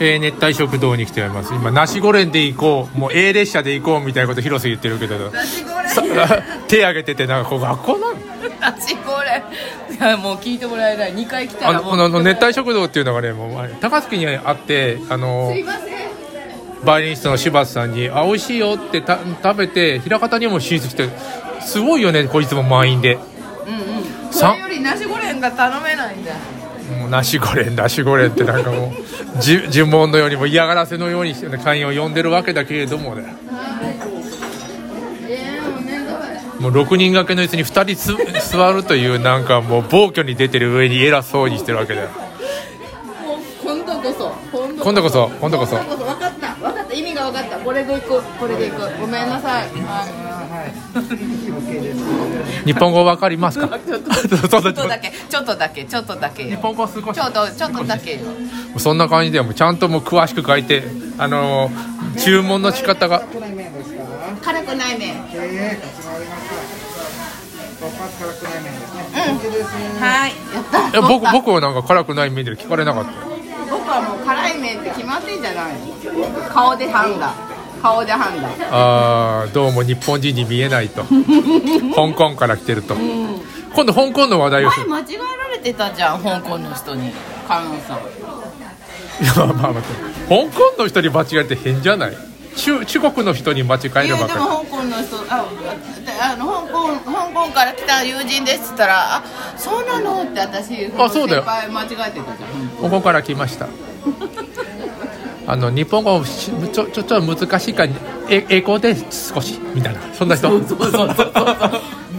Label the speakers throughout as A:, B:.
A: えー熱帯食堂に来ております今ナシゴレンで行こうもう A 列車で行こうみたいなこと広瀬言ってるけど
B: 私これ
A: さ 手挙げててなんかこう学校なの
B: 私これいやもう聞いてもらえない2回来た
A: あ
B: ら
A: の
B: もう
A: このあの熱帯食堂っていうのがねもうあれ高槻にあってあの
B: すいません
A: バイオリニストの柴田さんに「あ美味しいよ」ってた食べて枚方にも進出してすごいよねこいつも満員で
B: うんうん
A: さ
B: それよりナシゴレンが頼めないんだ
A: もうナシゴレンナシゴレンってなんかもうじ呪文のようにも嫌がらせのようにしてね会員を呼んでるわけだけれどもね
B: えー、お願い
A: もう6人掛けの椅子に2人す 座るというなんかもう暴挙に出てる上に偉そうにしてるわけだよ
B: もう今度こそ今
A: 今度こそ今度こそ
B: 今度こそ分かった分かった意味が分かったこれでいくこれでいくごめんなさい
A: 日本語わかりますかそう
B: ちょ
A: だ
B: っとだけちょっとだけちょっとだけ
A: 日
B: よ
A: 本語すごい
B: ちょっとちょっとだけよ
A: そんな感じでもうちゃんともう詳しく書いてあのー注文の仕方が
C: 辛い麺ですか。
B: 辛くないね
C: ええかしこまりました。トッパス辛くない麺ですね。うん。ですね。
B: はいやった
A: え僕
B: 僕
A: 僕はなんか辛くないメニューで聞かれなかったよ
B: 僕はもう辛い麺って決まってんじゃない顔で判断顔で判断
A: あーどうも日本人に見えない と香港から来てると今度香港の話題をす
B: 前
A: る
B: 間違えられてたじゃん香港の人にカノンさん
A: いやまあまあ待って香港の人に間違えて変じゃない中中国の人に間違え
B: い
A: る
B: や
A: ば
B: で
A: か
B: も香港の人あああの香港香港から来た友人ですって言ったら「あそうなの?」って私
A: あそうだよ
B: 先輩間違えてたじゃん
A: りここから来ました あの日本語しちょちょっと難しいからえ英語で少しみたいなそんな 人
B: そうそうそうそうそう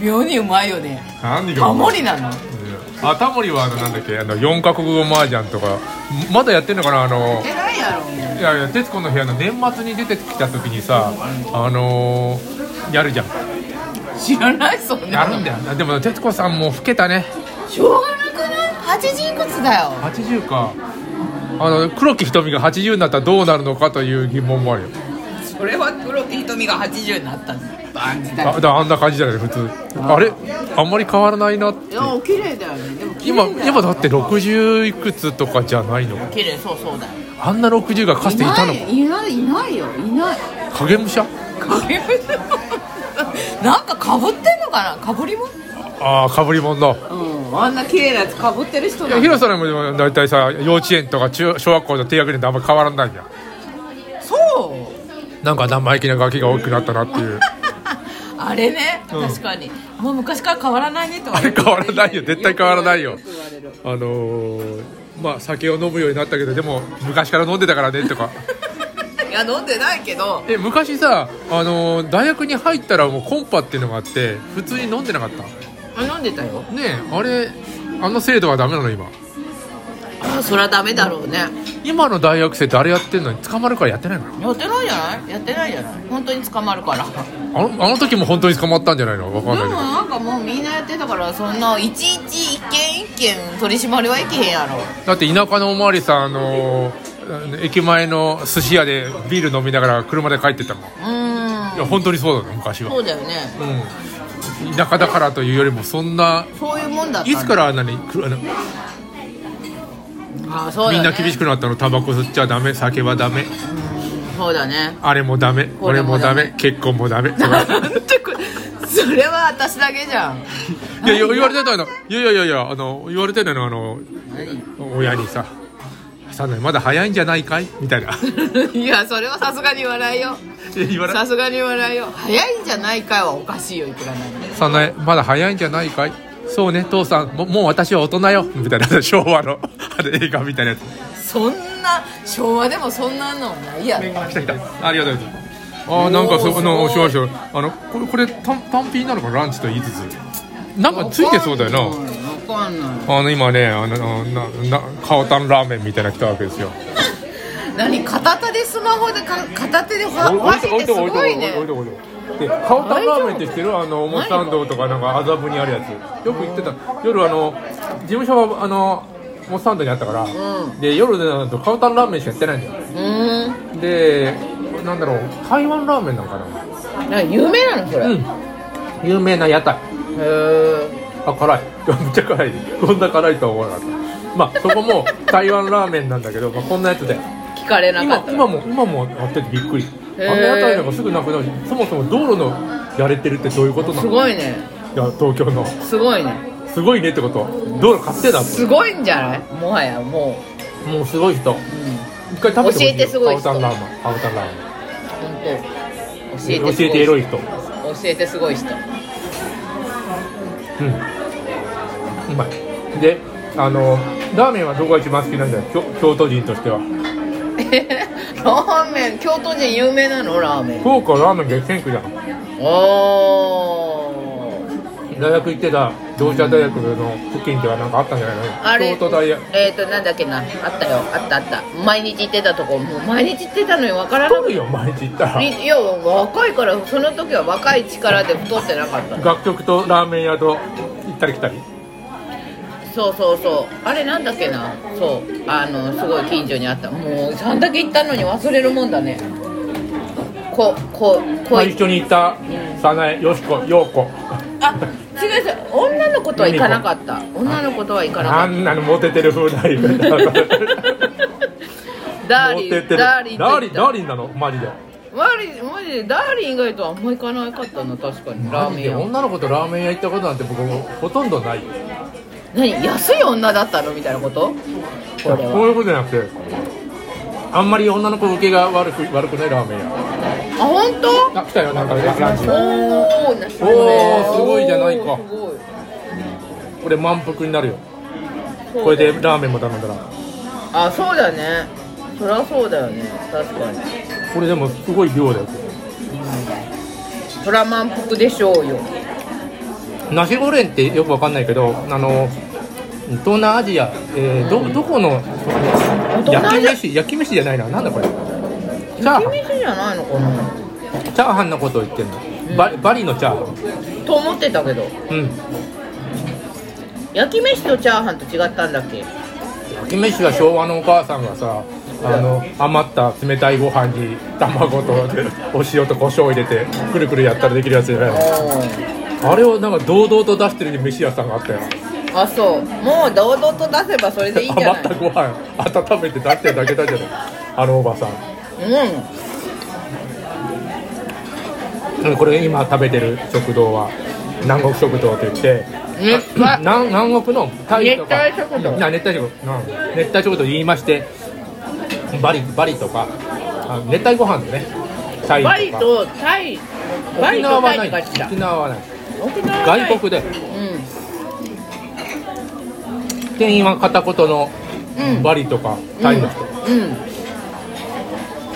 B: 妙にうまいよね
A: 何
B: ハモリなの
A: あタモリはあのなんだっけあの4カ国語麻雀とかまだやってんのかなあの
B: えらいやろも
A: いやいや『徹子の部屋』の年末に出てきた時にさあのー、やるじゃん
B: う知らないそん
A: や
B: な
A: るん
B: の
A: だよなでも徹子さんも老けたね
B: しょうがなくない80いくつだよ
A: 80かあの黒木瞳が80になったらどうなるのかという疑問もあるよ
B: それは黒木瞳が80になった感じだ
A: あだ
B: よ
A: からあんな感じじゃない普通あれあんまり変わらないなって
B: いや綺麗だよねでも綺麗
A: 今
B: だよ
A: 今だって60いくつとかじゃないの
B: 綺麗そうそうだよ
A: あんな60がかつていたの
B: いないいないいないよいない
A: 影武者
B: 影武者なんかかぶってんのかなかぶりも
A: ああかぶりもんだ
B: うんあんな綺麗なやつかぶってる人
A: いや広瀬さんもでも大体さ幼稚園とか中小学校の低学年とあんま変わらないじゃん
B: そう
A: なんか生意気なガキが大きくなったなっていう
B: あれね、
A: うん
B: 確かにもう昔から変わらないねとは
A: あれ変わらないよ絶対変わらないよ
B: く言われる
A: あのー、まあ酒を飲むようになったけどでも昔から飲んでたからねとか
B: いや飲んでないけど
A: え昔さ、あのー大学に入ったらもうコンパっていうのがあって普通に飲んでなかったね
B: あ飲んでたよ
A: えあれあの制度はダメなの今
B: あそりゃダメだろうね
A: 今の大学生誰やってんのに捕まるからやってないの
B: やってないじゃないやってないじゃない本当に捕まるから
A: あのあの時も本当に捕まったんじゃないのわかんな
B: で
A: い
B: も
A: けど
B: なんかもうみんなやってたからそんないちいち一件一件取り締まりはいけへんやろ
A: だって田舎のおまわりさん、あのー駅前の寿司屋でビール飲みながら車で帰ってったもんいう
B: ーん
A: や本当にそうだね昔は
B: そうだよね
A: うん田舎だからというよりもそんな
B: そういうもんだった
A: いつかららあんなにくあの
B: あそうだ、ね、
A: みんな厳しくなったのタバコ吸っちゃダメ酒はダメ
B: そうだね
A: あれもダメこ
B: こ
A: れ
B: れ
A: も
B: も
A: ダ
B: ダメ
A: メ結婚もダ メと
B: な
A: か
B: んてこそれは私だけじ ゃん
A: いやいや言われてたのいやいやいやいやあの言われてたのあの親にさ「さまだ早いんじゃないかい?」みたいな
B: いやそれはさすがに笑いよ
A: 言われ
B: さすがに笑いよ早いんじゃないかはおかしいよいくらなんで
A: 早苗まだ早いんじゃないかいそうね父さんももう私は大人よみたいな昭和のあの映画みたいなやつ
B: そんな昭和でもそんなのないやろ
A: あ来た来たありがとうございますあーなんかそ
B: おー
A: あの
B: す
A: しょ
B: ご
A: う
B: い
A: しょうあのこれこれ単単品なのかランチと言いつつなんかついてそうだよな
B: 分かんない
A: あの今ねあのななカオタンラーメンみたいなの来たわけですよ
B: 何片手でスマホでか片手でわ分けてすごいね
A: とこ置いとこでカオタンラーメンって知ってるあの表参道とかなんか麻布にあるやつよく行ってた夜あの事務所はあの表参道にあったから、
B: う
A: で夜だとカオタンラーメンしかやってないんだよ
B: うん
A: でなんだろう台湾ラーメンなんかな
B: なんか有名なのそれ、
A: ん有名な屋台
B: へえ
A: あ辛い めっちゃ辛いこんな辛いとは思わなかったまあそこも台湾ラーメンなんだけど、まあ、こんなやつで
B: 聞かれなか
A: 今
B: った
A: 今も今もあっててびっくりあ
B: へー
A: の屋台なんかすぐなくなるしそもそも道路のやれてるってどういうことなの
B: すごいね
A: いや東京の
B: すごいね
A: すごいねってこと道路勝手だって
B: すごいんじゃないもはやも
A: もうすごい人
B: う、うん、
A: 一回食べてほしい
B: 教えてすごい人
A: ハウタンラーメンハウタンラーメ
B: 本当教えてすご
A: ン
B: い
A: 教えてエロい人
B: 教えてすごい人
A: うんうまいであのラーメンはどこが一番好きなんだよ京京都人としては
B: えラーメン京都人有名なのラーメン
A: 福岡はラーメン激戦区じゃん
B: おー
A: 大学行ってた同志社大学の付近ではなんかあったんじゃないの
B: あれ
A: 京都大学
B: えっ、ー、となんだっけなあったよあったあった毎日行ってたとこもう毎日行ってたのにわからな
A: 太
B: く
A: るよ毎日行ったら
B: いや若いからその時は若い力で太ってなかったの
A: 楽曲とラーメン屋と行ったり来たり
B: そうそうそうあれなんだっけなそうあのすごい近所にあったもうそんだけ行ったのに忘れるもんだねこここ
A: 最
B: い
A: 初に行った早苗よしこようこ
B: あ違う違う女の子とは行かなかった女の子とは行かなか
A: あ
B: っ
A: んなのモテてる風な言い方モ
B: たダーリン
A: テてる
B: ダ
A: ダー
B: ーリ
A: リ
B: ン
A: ン
B: と
A: ダ
B: 行
A: ーリ
B: っ
A: ン
B: た
A: なのマジで
B: マジマジでダーリン以外とはあんま行かなかったな確かにラーメン屋
A: 女の子とラーメン屋行ったことなんて僕ほとんどない
B: 何安い女だったのみたいなことこれ
A: そ
B: は
A: ういうことじゃなくてあんまり女の子受けが悪く悪くないラーメン屋
B: あ本当
A: あ来たよなんかランチ
B: おー
A: おーすごいじゃないか
B: おーすごい
A: これ満腹になるよこれでラーメンも頼んだら
B: あそうだねそりゃそうだよね確かに
A: これでもすごい量だよ
B: そりゃ満腹でしょうよ
A: ナシゴレンってよくわかんないけどあの東南アジア、えーどどこの
B: 東南
A: 焼
B: ア
A: き
B: ジア
A: 飯焼き飯じゃないななんだこれチャーハ
B: 焼き
A: ン
B: 飯じゃないのかな
A: チャーハンのことを言ってんのババリのチャーハ
B: と思ってたけど
A: ンうん
B: 焼き飯とチャーハンと違ったんだっけ
A: 焼き飯は昭和のお母さんがさあの余った冷たいご飯に卵とお塩と胡椒を入れてくるくるやったらできるやつじゃないの
B: あ
A: あれをなんか堂々と出してる飯屋さんがあったよ
B: あそうもう堂々と出せばそれでいいんじゃな
A: 余
B: い
A: ったご飯温めて出してるだけだじゃないあのおばさん
B: う
A: うんこれ今食べてる食堂は南国食堂といって
B: ん熱
A: な南南国のタイとか
B: 熱帯食堂
A: な熱帯食堂うん熱帯食堂と言いましてバリバリとかあ熱帯ご飯だねタイ
B: バリ
A: とか
B: とタイバ
A: 沖
B: リ
A: 縄
B: とタ
A: は
B: イ
A: な
B: にか
A: い
B: した
A: 沖縄はない
B: 沖縄はない
A: 外国で
B: う
A: 店員は片言の
B: んうん
A: バリとかタイの人、
B: うん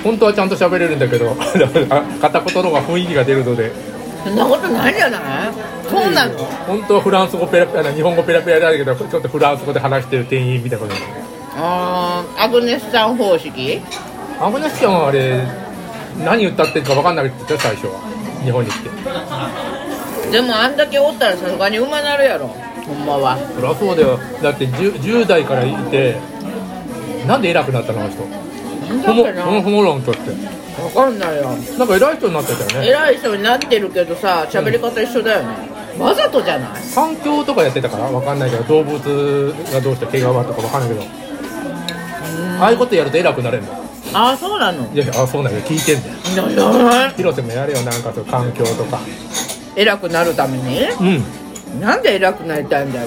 A: 本当はちゃんと喋れるんだけど 片言の方が雰囲気が出るので
B: そんなことないじゃないそうなの
A: 本当はフランス語ペラペラ日本語ペラペラだけどちょっとフランス語で話してる店員みたいなことになる
B: あーアグネスさん方式
A: アグネスちゃんはあれ何歌ってるか分かんなくて最初は日本に来て
B: でもあんだけおったらさすがにうまなるやろほんまは
A: そりゃそうだよだって 10, 10代からいてなんで偉くなったのあの人
B: なんだ
A: ホ
B: っ
A: モ
B: けな
A: ホモホモ論とって
B: わかんないよ
A: なんか偉い人になってたよね
B: 偉い人になってるけどさ喋り方一緒だよね、わざとじゃない
A: 環境とかやってたから分かんないけど動物がどうした毛皮とか分かんないけどああいうことやると偉くなれるんだ
B: ああそうなの
A: いやいやあそうなんだよ聞いてんだよ
B: なな
A: 広瀬もやれよなんかそういう環境とか
B: 偉くなるために
A: うん
B: なんで偉くなりたいんだよ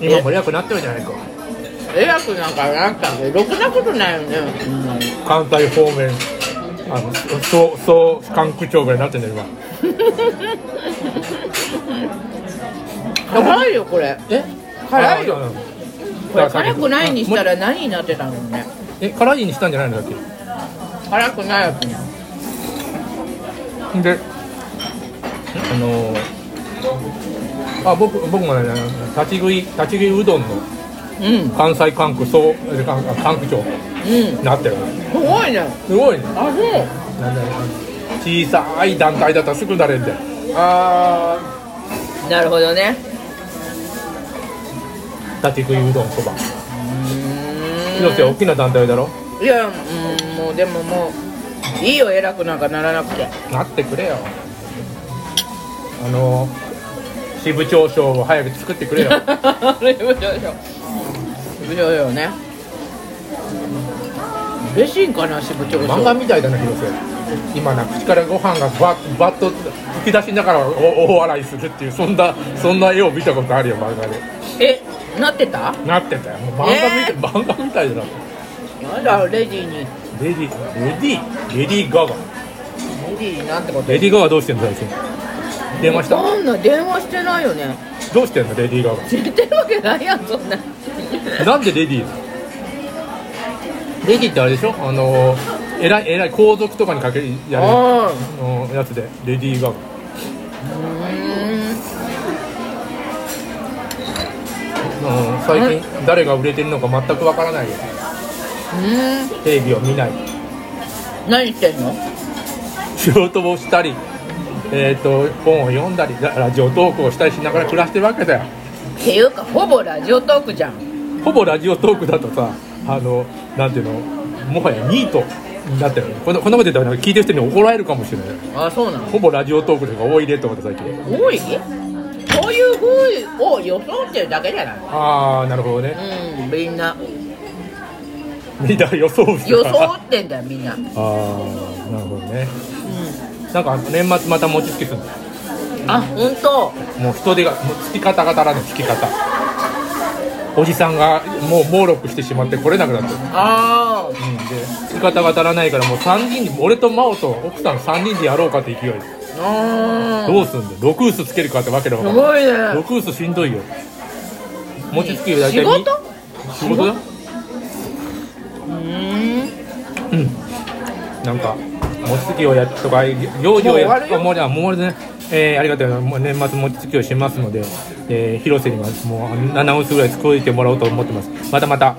A: 今も偉くなってるじゃないか
B: 偉くなんかなったけどろくなことないよね、
A: 関西方面あのそうそう管区長ぐらいになってんだよ今
B: うん、辛いよこれ
A: え
B: 辛いよ
A: よ
B: これ辛くないにしたら何になってたのね
A: え辛いにしたんじゃないのだっ
B: 辛くないやつね
A: けであのあ僕僕もねあの立ち食い立ち食いうどんの
B: うん
A: 関西管区総え管管区長
B: うん
A: なってる
B: すごいね
A: すごいね
B: あそう
A: なんだろうな小さい団体だったらすぐなれんだよ
B: あーなるほどね
A: 立ち食いうどんそば
B: うーん
A: 広瀬は大きな団体だろ
B: いやうんもうでももういいよ偉くなんかならなくて
A: なってくれよあの支部長賞を早く作ってくれよ
B: 不条理不条理ねう嬉しいんかな支部長
A: 漫画みたいだな広瀬今な口からご飯がバッバッと吹き出しながらお大笑いするっていうそんなそんな絵を見たことあるよ漫画で
B: えなってた
A: なってたよもう漫画みたい、
B: え
A: 漫画みたいだな
B: やだレディーに
A: レディレディレディーガガ
B: レディーになんてこと
A: レディーガガどうしてんの最近電話し
B: そ
A: た
B: んな電話してないよね
A: どうしてんのレディーガ
B: 知ってるわけないやんそんな
A: ガなんでレディーなのレディーってあれでしょあのえらいえらい皇族とかにかけるやる
B: あ
A: あのやつでレディーガガ
B: あうーん
A: うん最近誰が売れてるのか全くわからないよ
B: うーん
A: テレビを見ない
B: 何してんの
A: 仕事をしたり、えー、と本を読んだりララジオトークをしたりしながら暮らしてるわけだよ
B: っていうかほぼラジオトークじゃん
A: ほぼラジオトークだとさあのなんていうのもはやニートになってるこのこんなこと言ったら聞いてる人に怒られるかもしれない
B: ああそうなの
A: ほぼラジオトークとか多いねと思って最近
B: 多いそういう風を装ってるだけじゃない
A: ああなるほどね
B: うんみんな
A: みんな予想してた
B: 装ってんだよみんな、うん、
A: ああなるほどねなんか年末また餅つきするの
B: あ本当
A: もう人手がもうつき方が足らぬつき方おじさんがもう猛録してしまって来れなくなってる
B: ああ
A: うん、で仕方が足らないからもう3人で俺と真央と奥さん3人でやろうかって勢いで、
B: あ
A: どうすんだよ6ウスつけるかってわけだ
B: あ
A: わ
B: す
A: から
B: ごいね
A: ん6ウスしんどいよ餅つき大体
B: 仕
A: み
B: 事
A: 仕事だ
B: うーん
A: うんなんか餅つきをやっとか行事をやっとかも
B: も
A: うじゃあもうあれねえーありがたいもう年末餅つきをしますので、えー広瀬にはもうアナウンスぐらい作ってもらおうと思ってますまたまた